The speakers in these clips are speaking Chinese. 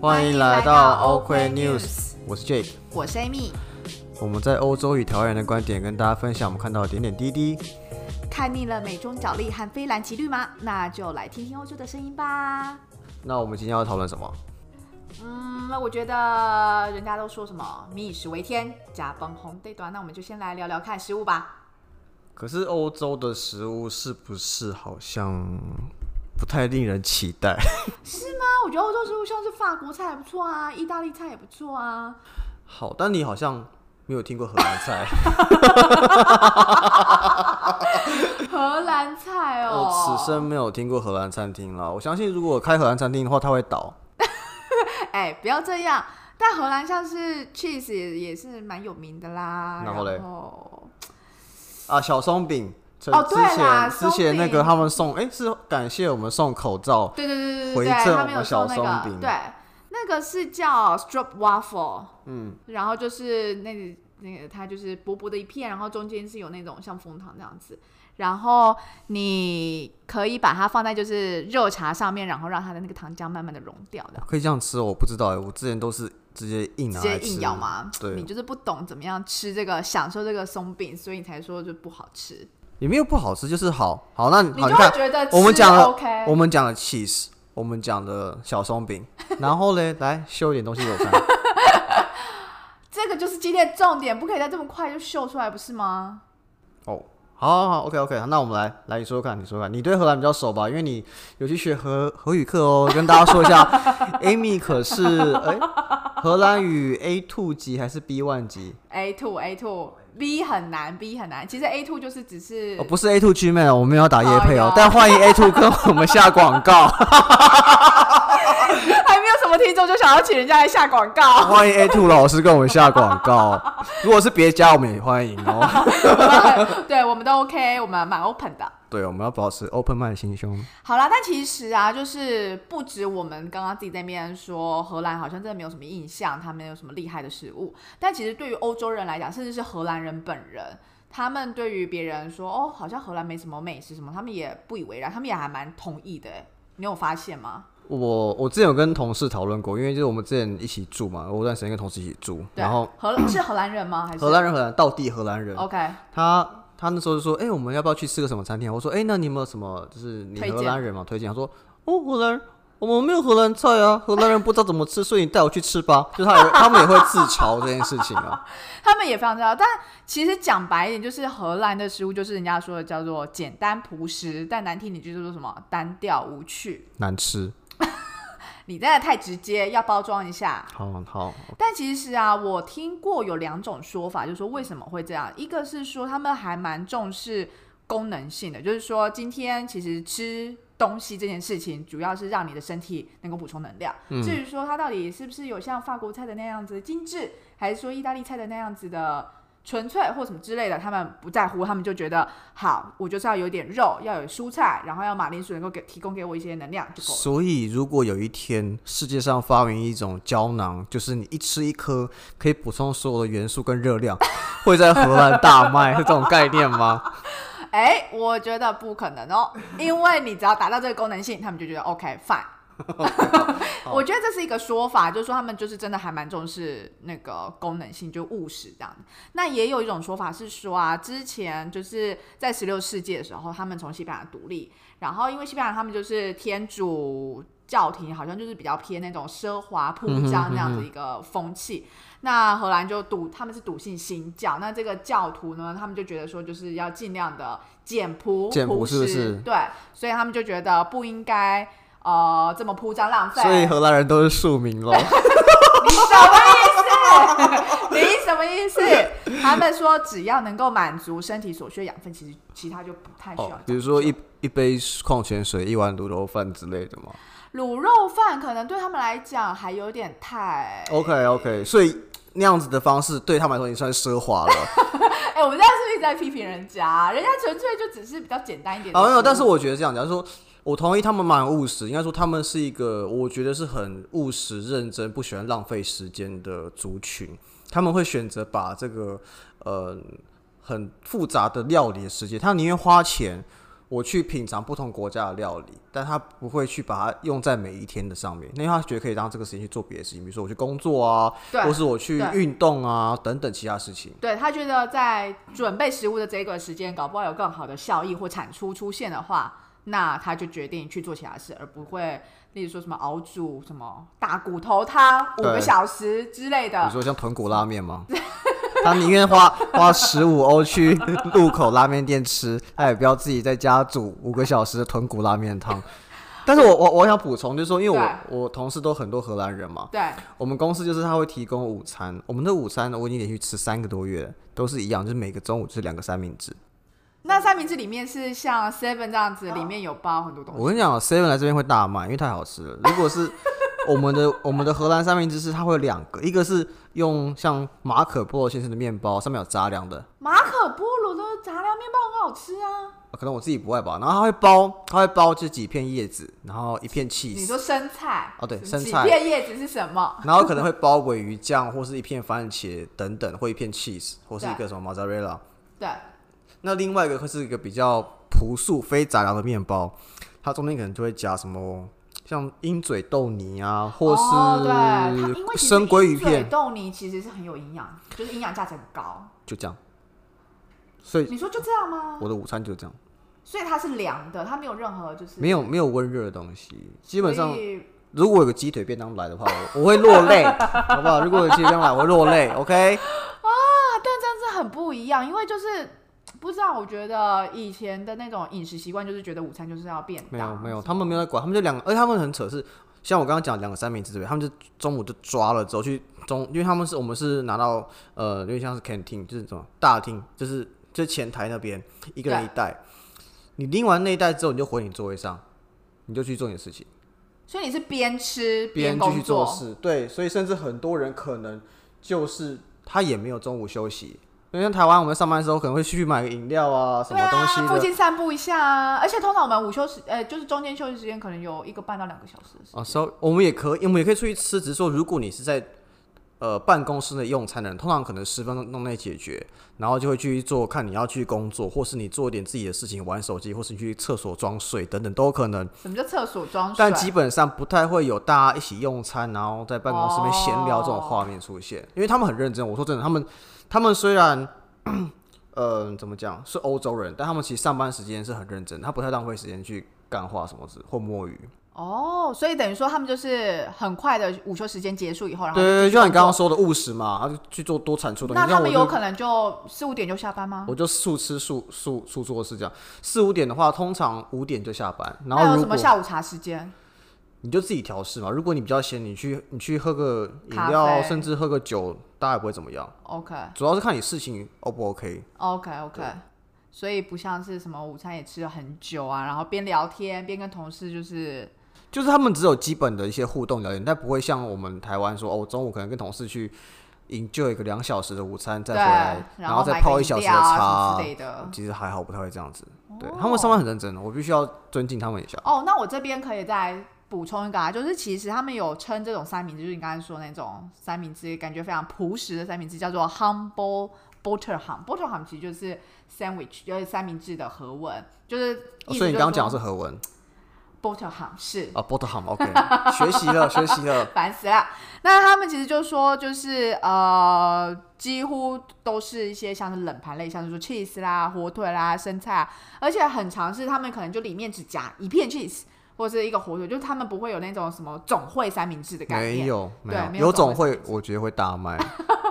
欢迎来到 OK News，我是 Jake，我是 Amy。我们在欧洲与台湾人的观点跟大家分享我们看到的点点滴滴。看腻了美中角力和非蓝即绿吗？那就来听听欧洲的声音吧。那我们今天要讨论什么？嗯，那我觉得人家都说什么“民以食为天，家崩红对短”，那我们就先来聊聊看食物吧。可是欧洲的食物是不是好像不太令人期待？是吗？啊我觉得欧洲食物像是法国菜也不错啊，意大利菜也不错啊。 好，但你好像没有听过荷兰菜，荷兰菜我 哦，此生没有听过荷兰餐厅了。我相信如果开荷兰餐厅的话，它会倒。哎，不要这样。但荷兰像是 cheese 也也是蛮有名的啦。然后嘞后啊，小松饼。之哦对啦前之前那松个饼他们送，哎、是感谢我们送口罩，对对对对回对赠对，我他们们有小送那松饼个，对，那个是叫 strip waffle，嗯，然后就是那个那个它就是薄薄的一片，然后中间是有那种像蜂糖那样子，然后你可以把它放在就是热茶上面，然后让它的那个糖浆慢慢的融掉的。可以这样吃哦，我不知道哎，我之前都是直接硬拿直来接吃，硬咬嘛，对你就是不懂怎么样吃这个，享受这个松饼，所以你才说就不好吃，也没有不好吃，就是好好。那你好，就你会哎看觉得我们吃讲了 OK，我们讲了 cheese，我们讲的小松 饼，然后嘞，来秀一点东西给我看。 这个就是今天的重点，不可以再这么快就秀出来，不是吗？哦，好好好，OK OK，那我们来来，你说说看，你说说看，你对荷兰比较熟吧？因为你有去学荷荷语课哦。跟大家说一 下，Amy 可是哎、荷兰语 A two 级还是 B one 级？ A two A two B 很难，B 很难。其实 A two 就是只是、哦，不是 A two G man，我们要打夜配哎哦呀，但欢迎 A two 跟我们下广告。还没有什么听众就想要请人家来下广告，欢迎 A Two 老师跟我们下广 告，如果是别家，我们也欢迎哦。 对我们都 OK，我们蛮 open 的。对，我们要保持 open mind 的心胸。好啦，但其实啊，就是不止我们刚刚自己在那边说荷兰好像真的没有什么印象，他们有什么厉害的食物，但其实对于欧洲人来讲，甚至是荷兰人本人，他们对于别人说哦，好像荷兰没什么美食什么，他们也不以为然，他们也还蛮同意的。你有发现吗？我我之前有跟同事讨论过，因为就是我们之前一起住嘛，我有段时间跟同事一起住，对然后荷兰是荷兰人吗？还是哦荷兰人荷兰道地荷兰人， OK？他他那时候就说，哎、我们要不要去吃个什么餐厅？我说，哎、那你有没有什么就是你推荐荷兰人嘛推荐？他说，哦，荷兰。我们没有荷兰菜啊，荷兰人不知道怎么吃，所以你带我去吃吧。就是他也他们也会自嘲这件事情啊。他们也非常知道，但其实讲白一点，就是荷兰的食物就是人家说的叫做简单朴实，但难听你就是说什么单调无趣，难吃，你真的太直接，要包装一下。好好，但其实啊，我听过有两种说法，就是说为什么会这样，一个是说他们还蛮重视功能性的，就是说今天其实吃。东西这件事情，主要是让你的身体能够补充能量。至于说它到底是不是有像法国菜的那样子精致，还是说意大利菜的那样子的纯粹或什么之类的，他们不在乎，他们就觉得好，我就是要有点肉，要有蔬菜，然后要马铃薯能够给提供给我一些能量就够了。所以，如果有一天世界上发明一种胶囊，就是你一吃一颗可以补充所有的元素跟热量， 会在荷兰大卖，是这种概念吗？哎，我觉得不可能哦，因为你只要达到这个功能性，他们就觉得 OK fine。我哦觉得这是一个说法，就是说他们就是真的还蛮重视那个功能性，就务实这样。那也有一种说法是说啊，之前就是在十六世纪的时候，他们从西班牙独立，然后因为西班牙他们就是天主教廷，好像就是比较偏那种奢华铺张这样子一个风嗯气。那荷兰就笃他们是笃信新教，那这个教徒呢，他们就觉得说就是要尽量的简朴简朴是不实是对，所以他们就觉得不应该呃这么铺张浪费。所以荷兰人都是庶民喽。你什么意思？ 你什么意 思？他们说只要能够满足身体所需的养分，其实其他就不太需要哦讲究、，比如说一一杯矿泉水、一碗卤肉饭之类的嘛。卤肉饭，可能对他们来讲还有点太…… OK OK，所以那样子的方式对他们来说已经算奢华了。哎、我们这样是不是在批评人家？人家纯粹就只是比较简单一点的食物。啊，没有，但是我觉得这样讲，就是说我同意他们蛮务实，应该说他们是一个我觉得是很务实、认真、不喜欢浪费时间的族群。他们会选择把这个呃很复杂的料理的世界，他宁愿花钱我去品尝不同国家的料理，但他不会去把它用在每一天的上面，因为他觉得可以让这个时间去做别的事情，比如说我去工作啊，对或是我去对运动啊等等其他事情。对他觉得在准备食物的这个时间，搞不好有更好的效益或产出出现的话，那他就决定去做其他事，而不会例如说什么熬煮什么大骨头汤五个对小时之类比如的。说像豚骨拉面吗？ 他宁愿花花十五欧去路口拉面店吃，他也不要自己在家煮五个小时的豚骨拉面汤。 但是我我我想补充，就是说，因为我我同事都很多荷兰人嘛，对，我们公司就是他会提供午餐，我们的午餐呢我已经连续吃三个多月了，都是一样，就是每个中午吃两个三明治。那三明治里面是像 Seven 这样子，里面有包很多东西。我跟你讲，seven 来这边会大卖，因为太好吃了。如果是我们的我们的荷兰三明治是它会有两个，一个是用像马可波罗先生的面包，上面有杂粮的，马可波罗的杂粮面包很好吃啊！可能我自己不爱吧。然后它会包，它会包这几片叶子，然后一片你 cheese，说生菜哦对什么生菜几片叶子是什么？然后可能会包尾鱼酱或是一片番茄等等，或一片 cheese，或是一对个什么 mozzarella。对，那另外一个会是一个比较朴素非杂粮的面包，它中间可能就会夹什么。像鹰嘴豆泥啊，或哦、对，它因为是其实生鲑鱼鹰嘴片，豆泥其实是很有营养，就是营养价值很高。就这样。所以你说就这样吗？我的午餐就这样，所以它是凉的，它没有任何就是没有没有温热的东西。基本上所，以啊如果有个鸡腿便当来的话，我我会落泪，好不好？如果有鸡腿便当来，我会落泪。OK，啊，但这样子很不一样，因为就是不知道，我觉得以前的那种饮食习惯就是觉得午餐就是要便当，没有没有，他们没有在管，他们就两个，而且他们很扯是，像我刚刚讲两个三明治对不对？他们就中午就抓了之后去中，因为他们是我们是拿到呃，有点像是 canteen，就是什么大厅，就是就是前台那边一个人一袋，你拎完那一袋之后，你就回你座位上，你就去做你的事情。所以你是边吃边继工续做作，事，对，所以甚至很多人可能就是他也没有中午休息，因为像台湾我们上班的时候可能会去买个饮料啊，什对么东西啊，附的。近散步一下啊，而且通常我们午休时，呃，就是中间休息时间可能有一个半到两个小时的时间哦，稍、我们也可以，我们也可以出去吃，只是说如果你是在呃办公室内用餐的人，通常可能十分钟内解决，然后就会去做看你要去工作，或是你做点自己的事情，玩手机，或是你去厕所装睡等等都有可能。什么叫厕所装水？但基本上不太会有大家一起用餐，然后在办公室里面闲聊这哦种画面出现，因为他们很认真。我说真的，他们他们虽然，呃，怎么讲是欧洲人，但他们其实上班时间是很认真的，他不太浪费时间去干话什么之或摸鱼。哦，所以等于说他们就是很快的午休时间结束以后，然后对就对继对，续就像你工刚作刚说的务实嘛，他就去做多产出的东那西。他像们我有就可能就四五点就下班吗？我就速吃速速速做事这样。四五点的话，通常五点就下班，然那后有如什么果下午茶时间？你就自己调试嘛。如果你比较闲，你去你去喝个饮咖料，啡甚至喝个酒，大家也不会怎么样。 OK 主要是看你事情 O 不 OK。 OK OK，所以不像是什么午餐也吃了很久啊，然后边聊天边跟同事就是就是他们只有基本的一些互动聊天，但不会像我们台湾说，哦，我中午可能跟同事去 enjoy 个两小时的午餐，再对，回来，然后买再个泡一饮小时的料啊什茶么之。类的。其实还好，不太会这样子。对哦他们上班很认真的，我必须要尊敬他们一下。哦，那我这边可以再补充一个啊，就是其实他们有称这种三明治，就是你刚才说那种三明治，感觉非常朴实的三明治，叫做 humble butter ham。butter ham 其实就是 sandwich，就是三明治的合文，就是哦意思所以你就是刚刚讲的说是何文 butter ham 是啊 b o t t h a m o k 学习 了，学习了。烦死了。那他们其实就说，就是呃，几乎都是一些像是冷盘类，像是说 cheese 啦、火腿啦、生菜啊，而且很常是他们可能就里面只夹一片 cheese 或是一个火腿，就是他们不会有那种什么总汇三明治的概没念。有，没对有，没有有总种会会，我觉得会大卖。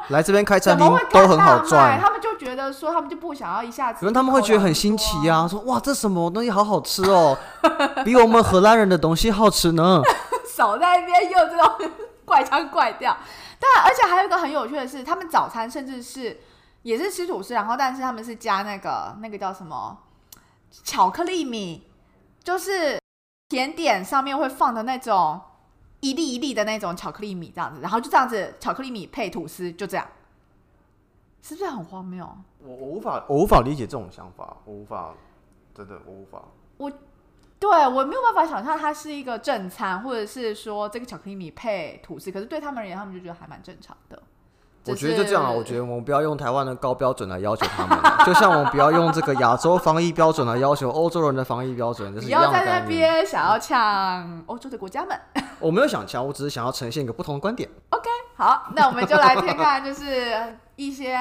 来这边开怎餐厅么会看都很好大卖赚，他们就觉得说，他们就不想要一下子，可能他们会觉得很新奇。啊，说哇，这什么东西好好吃哦， 比我们荷兰人的东西好吃呢。少在那边又这种怪腔怪调。但而且还有一个很有趣的是，他们早餐甚至是也是吃吐司，然后但是他们是加那个那个叫什么巧克力米，就是甜点上面会放的那种一粒一粒的那种巧克力米这样子，然后就这样子巧克力米配吐司，就这样，是不是很荒谬？我我无法，我无法理解这种想法，我无法，真的我无法。对啊我没有办法想象它是一个正餐，或者是说这个巧克力米配吐司，可是对他们而言，他们就觉得还蛮正常的。我只觉得就这样啊，是我觉得我们不要用台湾的高标准来要求他们啊，就 像我们不要用这个亚洲防疫标准来要求欧洲人的防疫标准，这是不一样要的在概那念。边想要呛欧洲的国家们。我没有想强，我只是想要呈现一个不同的观点。 OK，好，那我们就来听 看，就是一些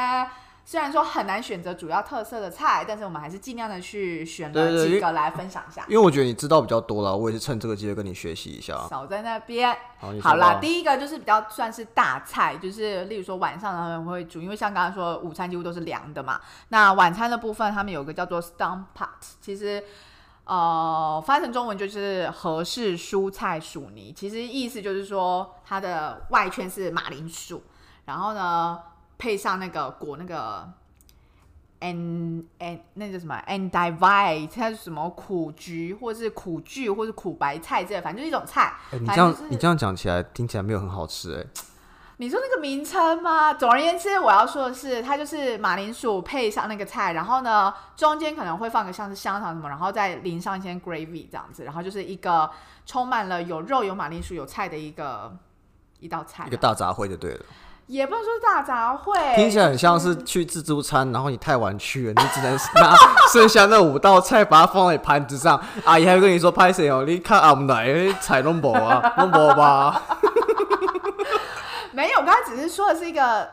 虽然说很难选择主要特色的菜，但是我们还是尽量的去选对对了对几个来分享一下。因为我觉得你知道比较多了，我也是趁这个机会跟你学习一下。少在那边。好，你说好啦吧，第一个就是比较算是大菜，就是例如说晚上他们会煮，因为像刚才说午餐几乎都是凉的嘛。那晚餐的部分，他们有个叫做 stump pot，其实呃翻成中文就是合适蔬菜薯泥，其实意思就是说它的外圈是马铃薯，然后呢配上那个裹那个。and and 那叫什么 endivide，它是什么苦菊，或是苦苣，或是苦白菜之类的，反正就是一种菜。哎你这反正样就是你这样讲起来听起来没有很好吃哎、你说那个名称吗？总而言之，我要说的是，它就是马铃薯配上那个菜，然后呢，中间可能会放个像是香肠什么，然后再淋上一些 gravy 这样子，然后就是一个充满了有肉、有马铃薯、有菜的一个一道菜一个，大杂烩就对了，也不能说是大杂烩，听起来很像是去自助餐，然后你太晚去了，你只能拿剩下那五道菜把它放在盘子 上，阿姨还会跟你说拍谁哦，你看阿姆奶菜拢无 啊，拢无吧。没有，我刚才只是说的是一个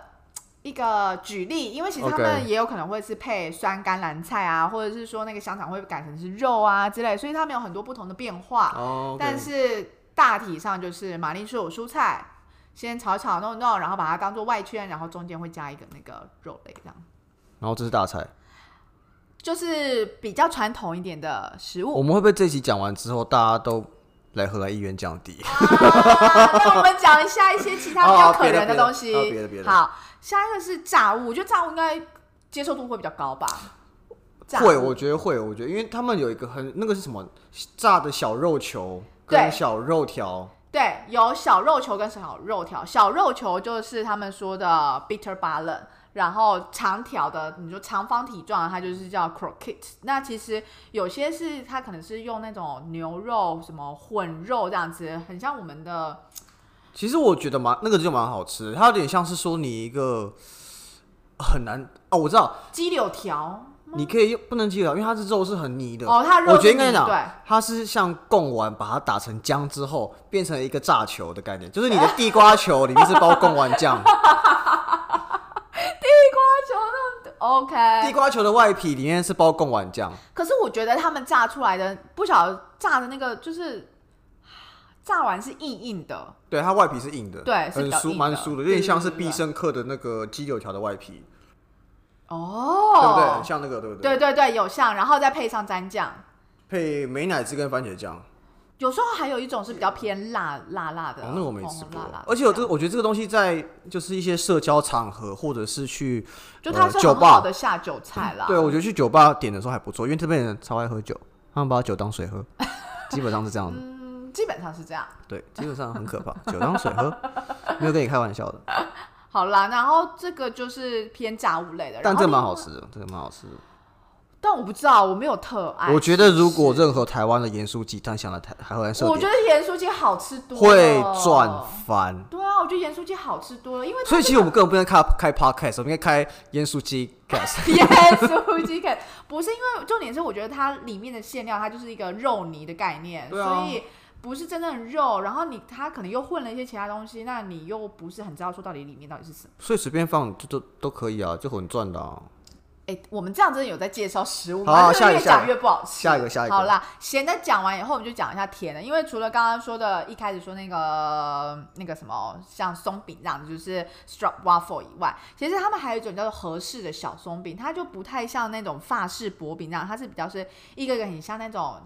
一个举例，因为其实他 OK 们也有可能会是配酸甘蓝菜啊，或者是说那个香肠会改成是肉啊之类，所以他们有很多不同的变化。哦，但是大体上就是马铃薯、蔬菜，先炒炒弄弄，然后把它当做外圈，然后中间会加一个那个肉类，这样然后这是大菜，就是比较传统一点的食我物。们会不会这期讲完之后，大家都来荷兰医院降低？啊那我们讲一下一些其他比较哦可别的人别的东西。哦别的别的好，下一个是炸物，我觉得炸物应该接受度会比较高吧？炸会，物我觉得会，我觉得，因为他们有一个很那个是什么炸的小肉球对跟小肉条，对，有小肉球跟小肉条。小肉球就是他们说的 bitter ballon，然后长条的，你说长方体状的，它就是叫 croquette。那其实有些是它可能是用那种牛肉什么混肉这样子，很像我们的其实我觉得蛮那个就蛮好吃的，它有点像是说你一个很难哦，我知道，鸡柳条。你可以用不能鸡柳，因为它是肉是很泥的，哦，它的肉我觉得是应该泥讲对。它是像贡丸把它打成浆之后变成一个炸球的概念，就是你的地瓜球里面是包贡丸 酱， OK，地瓜球的外皮里面是包贡丸酱。可是我觉得他们炸出来的，不晓得炸的那个就是炸完是硬硬的，对，它外皮是硬的，对是很比较酥，硬蛮的酥的，有点像是对对对必胜客的那个鸡柳条的外皮，哦，对不对？很像那个，对不对？对对对，有像，然后再配上蘸酱。配美乃滋跟番茄酱，有时候还有一种是比较偏辣辣辣的，哦，那个我没红吃红过辣辣的。而且我这这样我觉得这个东西在就是一些社交场合，或者是去就呃它是酒很好吧，的下酒菜啦。对我觉得去酒吧点的时候还不错，因为这边人超爱喝酒，他们把酒当水喝，基本上是这样的。嗯，基本上是这样。 对，基本上很可怕，酒当水喝，没有跟你开玩笑的。好啦，然后这个就是偏炸物类的，然但后这另蛮好外。吃的，这个蛮好吃的。但我不知道，我没有特爱。我觉得如果是不任何台湾的盐酥鸡，但想来台台湾是设我点觉，得哦盐酥鸡好吃多会了赚翻。对啊，我觉得盐酥鸡好吃多了， 因为它所以其实我们根本不应该开开 podcast，我们应该开盐酥鸡 cast。盐酥鸡肯不是因为重点是，我觉得它里面的馅料它就是一个肉泥的概念，对啊所以不是真正的肉。然后你它可能又混了一些其他东西，那你又不是很知道说到底里面到底是什么。所以随便放就都都可以啊，就很赚的啊。哎、我们这样真的有在介绍食物好吗？下一越个讲越不好吃。下一个下一个好啦，咸的讲完以后，我们就讲一下甜的，因为除了刚刚说的，一开始说那个呃那个什么，像松饼这样子，就是 strap waffle 以外，其实他们还有一种叫做合适的小松饼，它就不太像那种法式薄饼那样，它是比较是一个一个很像那种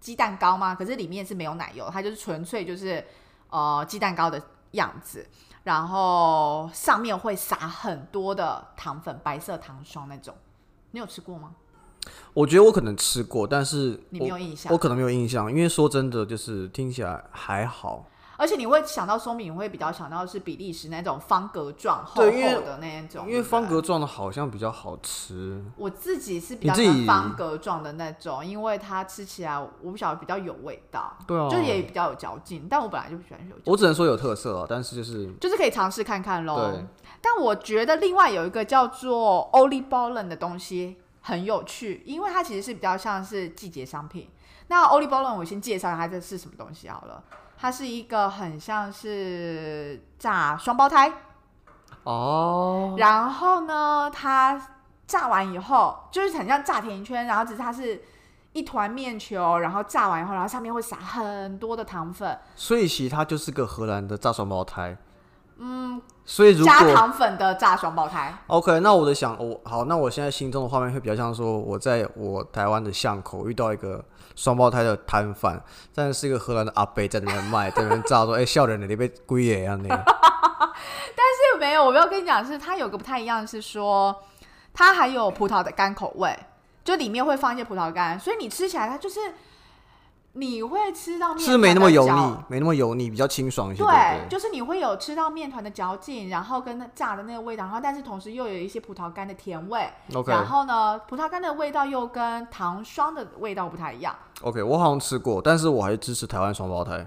鸡蛋糕嘛，可是里面是没有奶油，它就是纯粹就是呃鸡蛋糕的样子，然后上面会撒很多的糖粉，白色糖霜那种。你有吃过吗？我觉得我可能吃过，但是你没我有印象我，可能没有印象，因为说真的，就是听起来还好。而且你会想到松饼，你会比较想到是比利时那种方格状厚厚对因为的那一种，因为对不方对格状的好像比较好吃，我自己是比较你自喜己欢方格状的那种，因为它吃起来我不晓得比较有味道，对啊哦就也比较有嚼劲。但我本来就不喜欢有嚼劲，我只能说有特色啊，但是就是就是可以尝试看看喽对。但但我觉得另外有一个叫做 Oli Bollen 的东西很有趣，因为它其实是比较像是季节商品。那 Oli Bollen 我先介绍一下这是什么东西好了，它是一个很像是炸双胞胎，哦，然后呢，它炸完以后就是很像炸甜圈，然后只是它是一团面球，然后炸完以后，然后上面会撒很多的糖粉，所以其实它就是个荷兰的炸双胞胎。嗯，所以如加果糖粉的炸双胞胎。 OK，那我的想，我好，那我现在心中的画面会比较像说，我在我台湾的巷口遇到一个双胞胎的摊贩，但是一个荷兰的阿伯在那边卖，在那边炸说，哎、笑人的你被鬼也一样 的。是没有，我要跟你讲，是它有个不太一样，是说它还有葡萄的干口味，就里面会放一些葡萄干，所以你吃起来它就是你会吃到面是没那么团的油嚼腻，没那么油腻，比较清爽一些。对对，不对，就是你会有吃到面团的嚼劲，然后跟那炸的那个味道，然后但是同时又有一些葡萄干的甜味 OK 然后呢，葡萄干的味道又跟糖霜的味道不太一样。 OK，我好像吃过，但是我还是支持台湾双胞胎。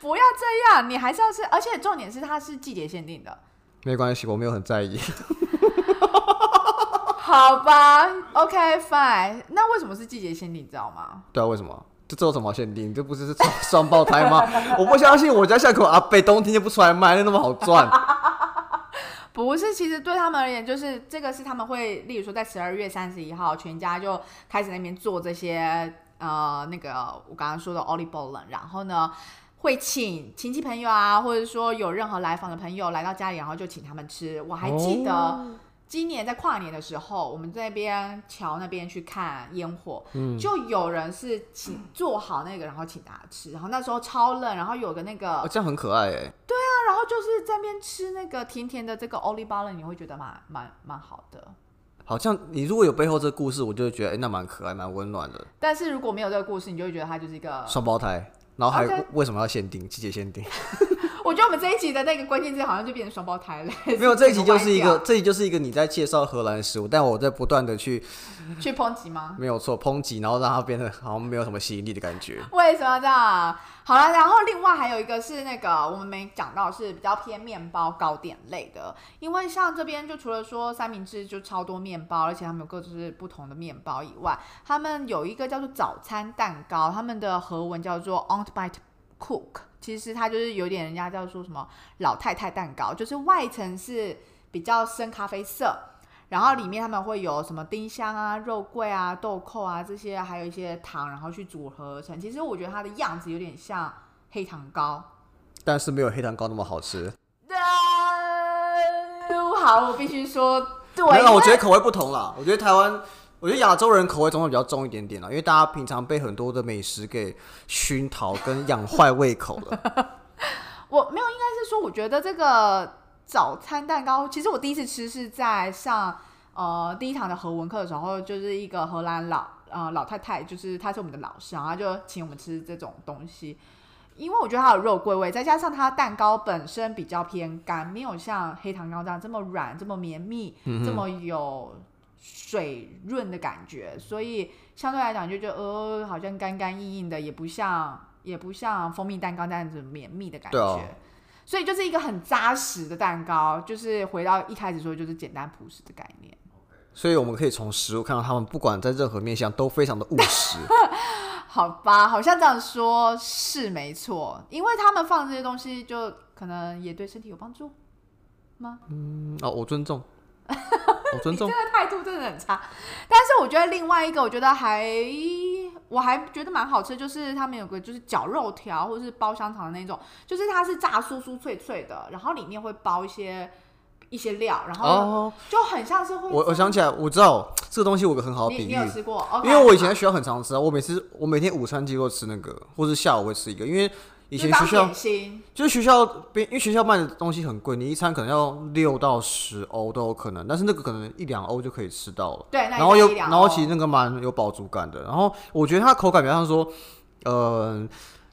不要这样，你还是要吃，而且重点是它是季节限定的，没关系，我没有很在意。 哦好吧？OK fine，那为什么是季节限定？你知道吗？对啊，为什么？这这有什么好限定？这不是是双 双胞胎吗？我不相信我家巷口阿北冬天就不出来卖，那那么好赚。 不是，其实对他们而言，就是这个是他们会，例如说在十二月三十一号，全家就开始那边做这些呃那个我刚刚说的 olive b o l e n 然后呢会请亲戚朋友啊，或者说有任何来访的朋友来到家里，然后就请他们吃。我还记得。哦今年在跨年的时候，我们在那边桥那边去看烟火，就有人是请做好那个，然后请大家吃，然后那时候超冷，然后有个那个哦，这样很可爱哎。啊，然后就是在那边吃那个甜甜的这个 olive b a l l 你会觉得蛮蛮蛮好的。好像你如果有背后这个故事，我就会觉得哎、那蛮可爱，蛮温暖的。但是如果没有这个故事，你就会觉得它就是一个。双胞胎，然后还啊 OK 为什么要限定季节限定？我觉得我们这一集的那个关键字好像就变成双胞胎了。 没有，这一集就是一歪个，掉这一集就是一个你在介绍荷兰食物，但我在不断的去去抨击吗？没有错抨击，然后让它变得好像没有什么吸引力的感觉。 为什么要这样？好了，然后另外还有一个是那个我们没讲到是比较偏面包糕点类的，因为像这边就除了说三明治就超多面包，而且他们有各自不同的面包以外，他们有一个叫做早餐蛋糕，他们的和文叫做 Aunt Bite Cook，其实它就是有点人家叫做什么老太太蛋糕，就是外层是比较深咖啡色。然后里面他们会有什么丁香啊、肉桂啊、豆蔻啊这些，还有一些糖，然后去组合成。其实我觉得它的样子有点像黑糖糕。但是没有黑糖糕那么好吃。呃好，我必须说，对，没有啦，因我为觉得口味不同啦。我觉得台湾，我觉得亚洲人口味总会比较重一点点啦，因为大家平常被很多的美食给熏陶跟养坏胃口 了。我没有，应该是说，我觉得这个早餐蛋糕，其实我第一次吃是在上呃第一堂的荷文课的时候，就是一个荷兰老呃老太太，就是她是我们的老师，然后她就请我们吃这种东西。因为我觉得它有肉桂味，再加上它蛋糕本身比较偏干，没有像黑糖糕这样这么软、这么绵密、这么有水润的感觉，所以相对来讲就觉得呃好像干干硬硬的，也不像也不像蜂蜜蛋糕那样子绵密的感觉。对哦所以就是一个很扎实的蛋糕，就是回到一开始说就是简单朴实的概念。所以我们可以从食物看到他们不管在任何面向都非常的务 实。好吧，好像这样说是没错，因为他们放这些东西就可能也对身体有帮助吗？嗯哦，我 尊重，我尊重你。这个态度真的很差。但是我觉得另外一个，我觉得还我还觉得蛮好吃，就是他们有个就是绞肉条或是包香肠的那种，就是它是炸酥酥脆脆的，然后里面会包一些一些料，然后哦，就很像是会我我想起来，我知道这个东西我有个很好的你比你喻有，吃哦过？OK，因为我以前在学校很常吃啊，我每次我每天午餐几乎都吃那个，或是下午会吃一个，因为以前就当学校点心就是学校边，因为学校卖的东西很贵，你一餐可能要六到十欧都有可能，但是那个可能一两欧就可以吃到了。对，那然后一哦又，定要然后其实那个蛮有饱足感的。然后我觉得它口感比较像说，呃，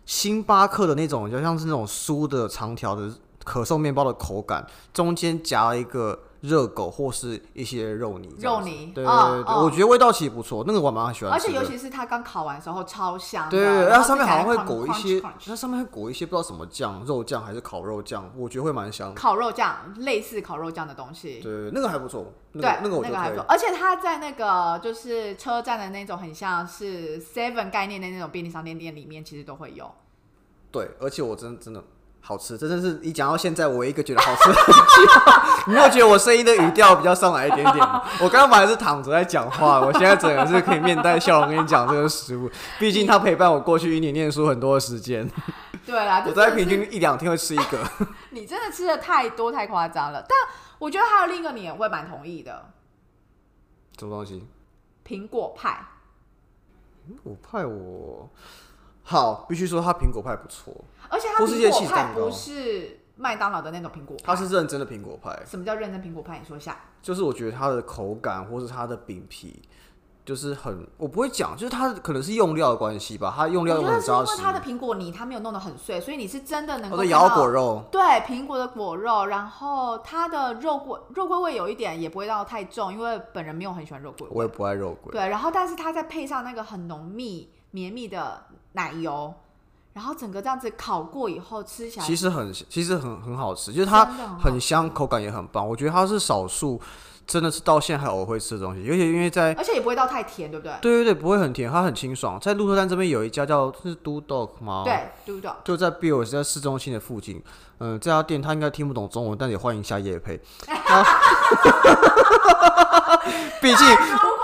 星巴克的那种，就像是那种酥的长条的可颂面包的口感，中间夹了一个热狗或是一些肉泥这样子。肉泥对对嗯对对，嗯我觉得味道其实不错，那个我蛮喜欢而吃且啊的。尤其是它刚烤完的时候超香的，对对对，啊然它后上面好像会再裹一加 crunch- 些 crunch-，它上面会裹一些不知道什么酱，肉酱还是烤肉酱，我觉得会蛮香。烤肉酱，类似烤肉酱的东西对。对，对那个还不错，那对个，那个我觉得还可以不错。。而且它在那个就是车站的那种，很像是 Seven 概念的那种便利商店店里面，其实都会有。对，而且我真真的好吃，这真是一讲到现在，我唯一一个觉得好吃的地方。 你没有觉得我声音的语调比较上来一点点吗？我刚刚本来是躺着在讲话，我现在整个是可以面带笑容跟你讲这个食物，毕竟它陪伴我过去一年念书很多的时间，对 啦，我这大概真的平是均一两天会吃一个。 你真的吃的太多太夸张了。但我觉得还有另一个你也会蛮同意的，什么东西？嗯苹果派。我派我好，必须说它苹果派不错，而且它或是一些苹 cheese 果派蛋糕不是麦当劳的那种苹果派。它是认真的苹果派。什么叫认真苹果派？你说一下。就是我觉得它的口感或是它的饼皮，就是很我不会讲，就是它可能是用料的关系吧，它用我料觉用得很是因扎为实。它的苹果泥它没有弄得很碎，所以你是真的能我够的看到摇果肉，对苹果的果肉，然后它的肉桂肉桂味有一点，也不会到太重，因为本人没有很喜欢肉桂我也味。不爱肉桂。对，然后但是它再配上那个很浓密绵密的奶油，然后整个这样子烤过以后吃起来，其实很其实很很好吃，就是它真的很好很香，口感也很棒。我觉得它是少数真的是到现在还我会吃的东西，而且因为在而且也不会到太甜，对不对？对对对不会很甜，它很清爽。在鹿特丹这边有一家叫是 Do Dog 吗？对，对不对？就在 Bill 在市中心的附近，嗯，这家店他应该听不懂中文，但也欢迎下夜配。然后毕竟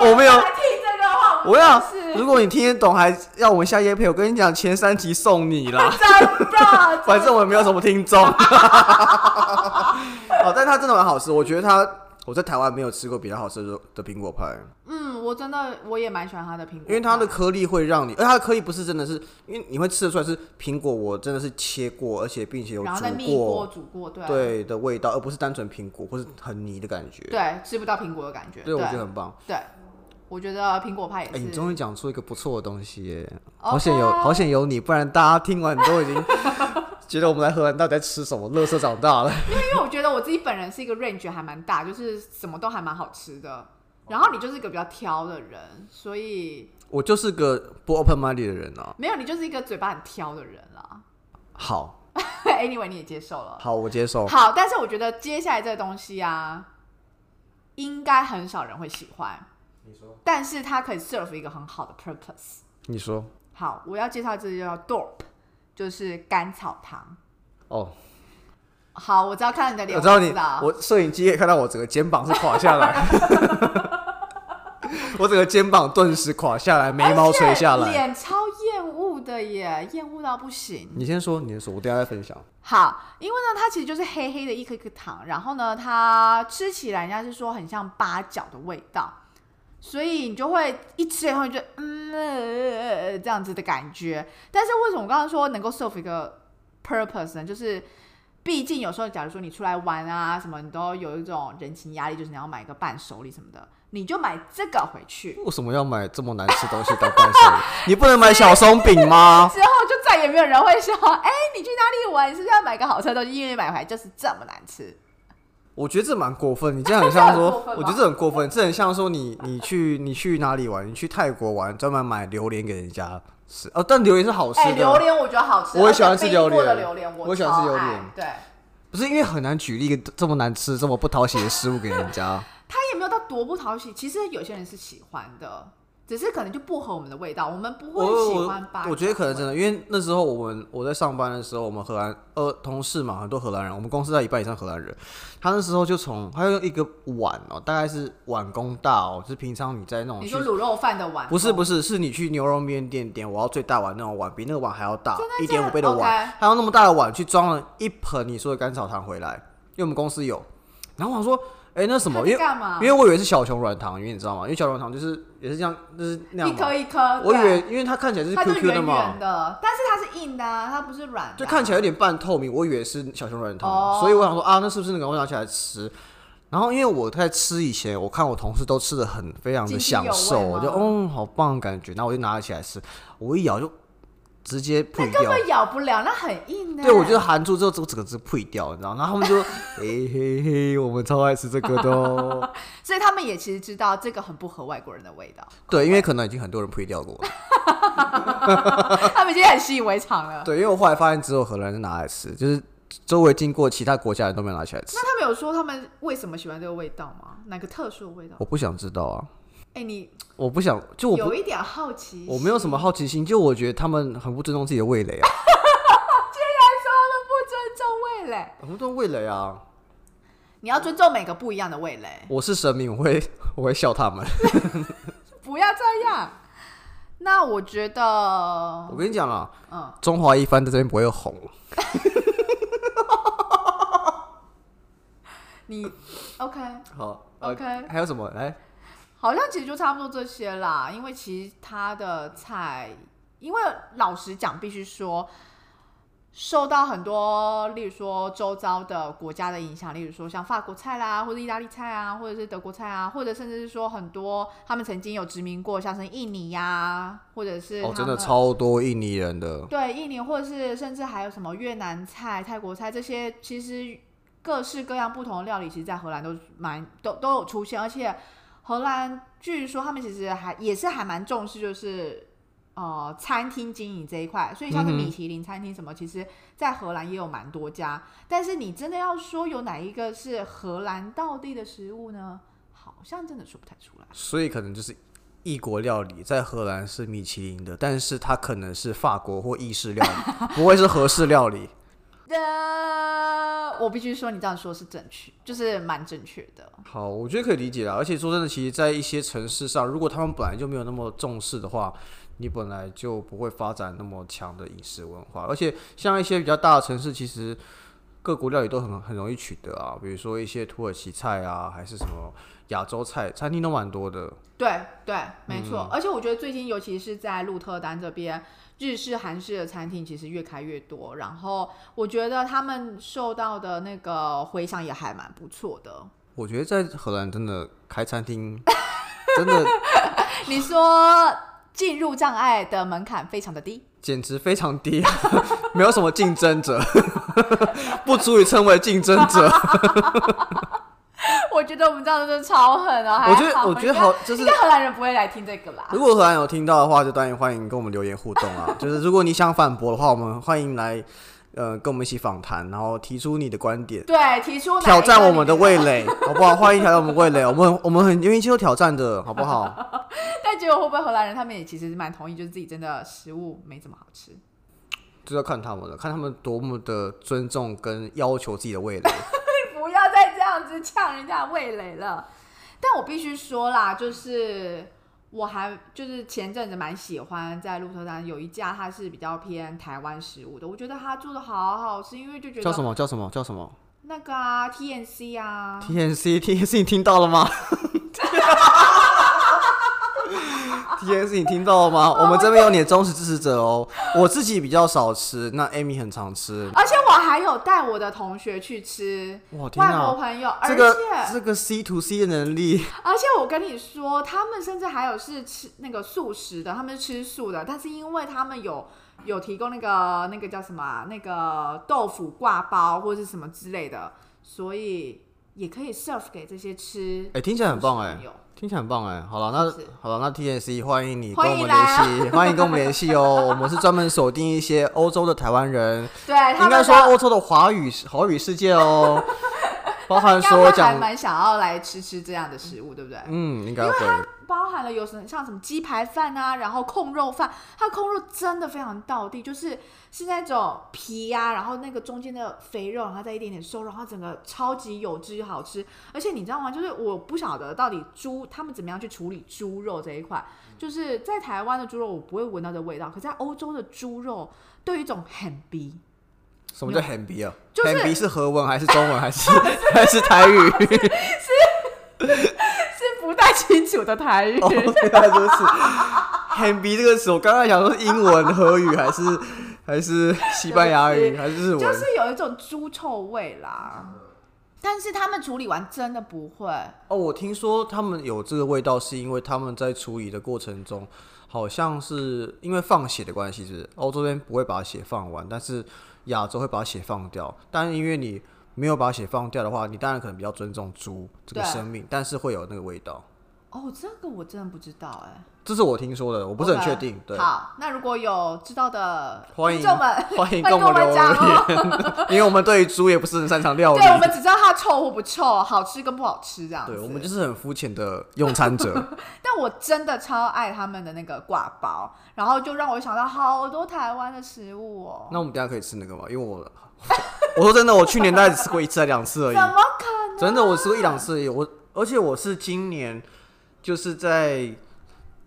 我没有，来听这个话，我要是。如果你听得懂，还要我们下夜配，我跟你讲，前三集送你啦真的，反正我也没有什么听众。 哦，但它真的蛮好吃，我觉得它我在台湾没有吃过比它好吃的的苹果派，嗯，我真的我也蛮喜欢它的苹果派，因为它的颗粒会让你，而且它的颗粒不是真的是，因为你会吃得出来是苹果，我真的是切过，而且并且有然后煮再蜜过煮过，对啊对的味道，而不是单纯苹果或是很泥的感觉。对，吃不到苹果的感觉，对，我对觉得很棒。对我觉得苹果派也哎、是，哦啊你终于讲出一个不错的东西耶！ OK 好险有，好险有你，不然大家听完都已 经觉得我们来荷兰到底在吃什么，乐色长大了。因为因为我觉得我自己本人是一个 range 还蛮大，就是什么都还蛮好吃哦的。然后你就是一个比较挑的人，所以我就是个不 open mind 的人啊。没有你就是一个嘴巴很挑的人啦。 好， anyway，你也接受了。好，我接受。好，但是我觉得接下来这个东西啊，应该很少人会喜欢。但是它可以 serve 一个很好的 purpose。你说好，我要介绍这个叫 Dorp，就是甘草糖。哦，好，我知道看到你的脸，我知道你知道，我摄影机可以看到我整个肩膀是垮下来， 我整个肩膀顿时垮下来，眉毛垂下来。脸超厌恶的耶，厌恶到不行。你先说，你先说，我等一下再分享。好，因为呢，它其实就是黑黑的一颗一颗糖，然后呢，它吃起来人家是说很像八角的味道，所以你就会一吃以后你就嗯、呃呃呃这样子的感觉。但是为什么我刚刚说能够 serve 一个 purpose 呢？就是毕竟有时候，假如说你出来玩啊什么，你都有一种人情压力，就是你要买个伴手礼什么的，你就买这个回去。为什么要买这么难吃的东西当伴手礼？ 你不能买小松饼吗？之后就再也没有人会说，哎、你去哪里玩？你是不是要买个好吃的东西？因为买回来就是这么难吃。我觉得这蛮过分，你这样很像这很过说分，吗我觉得这很过分，这很像说你你去你去哪里玩？你去泰国玩，专门买榴莲给人家吃哦，但榴莲是好吃哎、榴的，莲我觉得好吃，我也喜欢吃而且冰过的榴榴莲莲我我喜欢吃超榴爱莲对，不是因为很难举例一个这么难吃、这么不讨喜的食物给人家。它也没有到多不讨喜，其实有些人是喜欢的，只是可能就不合我们的味道，我们不会我喜我欢吧？我觉得可能真的，因为那时候我们我在上班的时候，我们荷兰呃同事嘛，很多荷兰人，我们公司在一半以上荷兰人。他那时候就从他用一个碗哦，大概是碗公大哦，就是平常你在那种你去说卤肉饭的碗哦不是不是是，是你去牛肉面店点，我要最大碗那种碗，比那个碗还要大真，一的假点的五倍的碗 OK，他用那么大的碗去装了一盆你说的甘草糖回来，因为我们公司有。然后我想说，哎、那什么？因为干嘛？因为我以为是小熊软糖，因为你知道吗？因为小熊软糖就是也是这样，就是那一样嘛。颗一颗，我以对为，因为它看起来就是它就是 QQ 的圆嘛，圆的，但是它是硬的、啊，它不是软的啊、就看起来有点半透明，我以为是小熊软糖，哦所以我想说啊，那是不是那个？我拿起来吃。然后因为我在吃以前，我看我同事都吃的很非常的享津津有受，味吗我就嗯、哦、好棒的感觉，然后我就拿起来吃，我一咬就直接那配根掉。本咬不了，那很硬啊呢、 对，我就含住之后，这个整个是配掉，你知道？然后他们 就，嘿嘿嘿，我们超爱吃这个的 哦。所以他们也其实知道这个很不合外国人的味道，对，因为可能已经很多人配掉过了。 他们已经很习以为常了。对，因为我后来发现只有荷兰人是拿来吃，就是周围经过其他国家人都没有拿起来吃那。他们有说他们为什么喜欢这个味道吗？哪个特殊的味道？我不想知道啊，哎、你我不想，就我不有一点好奇，我没有什么好奇心，就我觉得他们很不尊重自己的味蕾啊， 尊重味蕾，很不尊重味蕾啊。你要尊重每个不一样的 味蕾，我是神明，我会我会笑他们。不要这样。那我觉得我，跟你讲啦，哦嗯，中华一番在这边不会红，你 OK，好呃 OK 还有什么？来，好像其实就差不多这些啦，因为其他的菜，因为老实讲，必须说。受到很多，例如说周遭的国家的影响，例如说像法国菜啦，或者意大利菜啊，或者是德国菜啊，或者甚至是说很多他们曾经有殖民过，像是印尼呀、或者是哦，他真的们超多印尼人的，对印尼，或者是甚至还有什么越南菜、泰国菜这些，其实各式各样不同的料理，其实在荷兰都蛮都都有出现，而且荷兰据说他们其实还也是还蛮重视就是。呃，餐厅经营这一块，所以像是嗯哼米其林餐厅什么，其实在荷兰也有蛮多家。但是你真的要说有哪一个是荷兰道地的食物呢？好像真的说不太出来。所以可能就是异国料理在荷兰是米其林的，但是它可能是法国或意式料理，不会是荷式料理。呃，我必须说你这样说是正确，就是蛮正确的。好，我觉得可以理解啦。而且说真的，其实，在一些城市上，如果他们本来就没有那么重视的话，你本来就不会发展那么强的饮食文化。而且，像一些比较大的城市，其实各国料理都很很容易取得啊，比如说一些土耳其菜啊，还是什么亚洲菜，餐厅都蛮多的。对对，没错。嗯而且我觉得最近，尤其是在鹿特丹这边，日式、韩式的餐厅其实越开越多。然后我觉得他们受到的那个回响也还蛮不错的。 我觉得在荷兰真的开餐厅，真的你说进入障碍的门槛非常的低，简直非常低啊， 没有什么竞争者， 不足以称为竞争者。我觉得我们这样真的超狠啊！ 还我觉得，好我觉得应该好，就是应该荷兰人不会来听这个啦。如果荷兰有听到的话，就当然欢迎跟我们留言互动 啊。就是如果你想反驳的话，我们欢迎来，呃，跟我们一起访谈，然后提出你的观点，对，提出哪挑一战 个我你们的觉得味蕾， 好不好？欢迎挑战我们味蕾，我们很我们很愿意接受挑战的，好不好？ 但结果会不会荷兰人他们也其实蛮同意，就是自己真的食物没怎么好吃。就要看他们了，看他们多么的尊重跟要求自己的味蕾。不要再这样子呛人家味蕾了。但我必须说啦，就是我还就是前阵子蛮喜欢在鹿特丹有一家，它是比较偏台湾食物的，我觉得它做的好好吃，因为就觉叫什得么？叫什么？叫什么那个啊 TNC 啊， ？TNC，TNC，你听到了吗 ？TNC，你听到了吗？我们这边有你的忠实支持者哦。我自己比较少吃，那 Amy 很常吃。而且我还有带我的同学去吃。哇，哦天外国哪！朋友，而这且、个这个 C to C 的能力，而且我跟你说，他们甚至还有是吃那个素食的，他们是吃素的，但是因为他们有有提供那个那个叫什么啊、那个豆腐挂包或者是什么之类的，所以也可以 serve 给这些吃哎、听起来很棒哎、素食的朋友听起来很棒哎、好了，那是不是好了，那 TNC 欢迎你跟欢我迎们来啊联系，欢迎跟我们联系哦。 我们是专门锁定一些欧洲的台湾人，对，哎他应该们说的欧洲的华语华语世界 哦，包含应该说会还讲蛮想要来吃吃这样的食物，对不对？嗯，应该会包含了有什么像什么鸡排饭啊，然后控肉饭，它的控肉真的非常道地，就是是那种皮呀、然后那个中间的肥肉，然后再一点点瘦肉，然后整个超级有汁好吃。而且你知道吗？就是我不晓得到底猪他们怎么样去处理猪肉这一块，就是在台湾的猪肉我不会闻到这味道，可在欧洲的猪肉都有一种很逼，什么叫 h a m b y 啊就 h 是 a m b y 是荷文还是中文还是 还是 台语？是不太清楚的台语。哦，原来如此。很鼻这个词，我刚刚想说是英文、荷语还是 还是西班牙语还是日文？就是有一种猪臭味啦。但是他们处理完真的不会，哦，我听说他们有这个味道，是因为他们在处理的过程中，好像是因为放血的关系，是不是？欧洲这边不会把血放完，但是亚洲会把血放掉。但因为你没有把血放掉的话，你当然可能比较尊重猪这个对生命，但是会有那个味道。哦，这个我真的不知道哎、这是我听说的，我不是很 OK，确定。对，好，那如果有知道的欢听迎众们， 欢迎跟欢我们迎跟我们留讲哦言， 因为我们对于猪也不是很擅长料理对。我们只知道它臭或不臭，好吃跟不好吃这样子。对，我们就是很肤浅的用餐者。 但我真的超爱他们的那个挂包，然后就让我想到好多台湾的食物哦。那我们等一下可以吃那个吗？因为我 我说真的，我去年大概只吃过一次还两次而怎已。么可能？真的，我吃过一两次而已。我而且我是今年就是在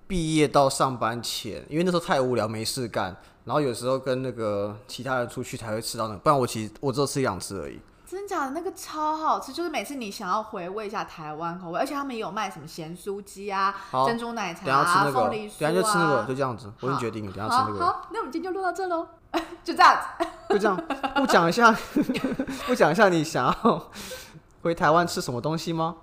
毕业到上班前，因为那时候太无聊没事干，然后有时候跟那个其他人出去才会吃到那个，不然我其实我只有吃一两次而已。真假的那个超好吃，就是每次你想要回味一下台湾口味，而且他们也有卖什么咸酥鸡啊、好珍珠奶等一下茶吃啊、那个，凤等梨一酥啊。下就吃那个，就这样子，我已经决定了，等一下吃那好个，好，那我们今天就录到这喽， 就这样子。就这样。不讲一下， 不讲一下你想要回台湾吃什么东西吗？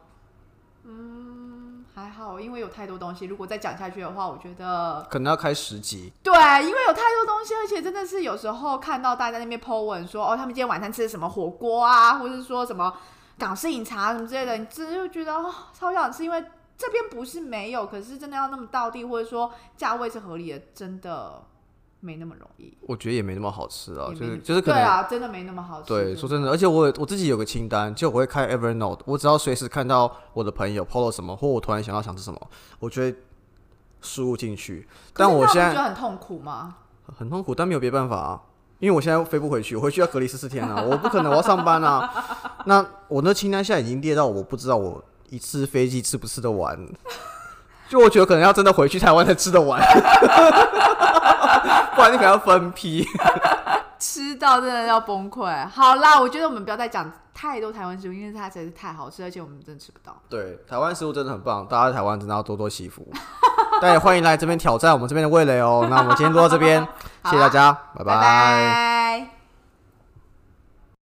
嗯，还好，因为有太多东西，如果再讲下去的话，我觉得可能要开十集。对，因为有太多东西，而且真的是有时候看到大家那边 po 文说，哦，他们今天晚餐吃的什么火锅啊，或者是说什么港式饮茶什么之类的，你真的就觉得哦，超想吃，因为这边不是没有，可是真的要那么到地，或者说价位是合理的，真的没那么容易。我觉得也没那么好吃啊，也就没是那就是可对能啊，真的没那么好吃。对，说真真的的，而且我有我自己有个清单，就我会开 Evernote，我只要随时看到我的朋友 PO 了什么，或我突然想到想吃什么，我就会输入进去。可但是那我不现觉在得很痛苦吗？很痛苦，但没有别办法啊，因为我现在飞不回去，我回去要隔离十四天啊，我不可能我要上班啊。那我那清单现在已经列到我不知道我一次飞机吃不吃得完，就我觉得可能要真的回去台湾才吃得完，不然你可能要分批。吃到真的要崩溃。好啦，我觉得我们不要再讲太多台湾食物，因为它实在是太好吃，而且我们真的吃不到。对，台湾食物真的很棒，大家在台湾真的要多多惜福。但也欢迎来这边挑战我们这边的味蕾哦。那我们今天录到这边，谢谢大家，拜拜拜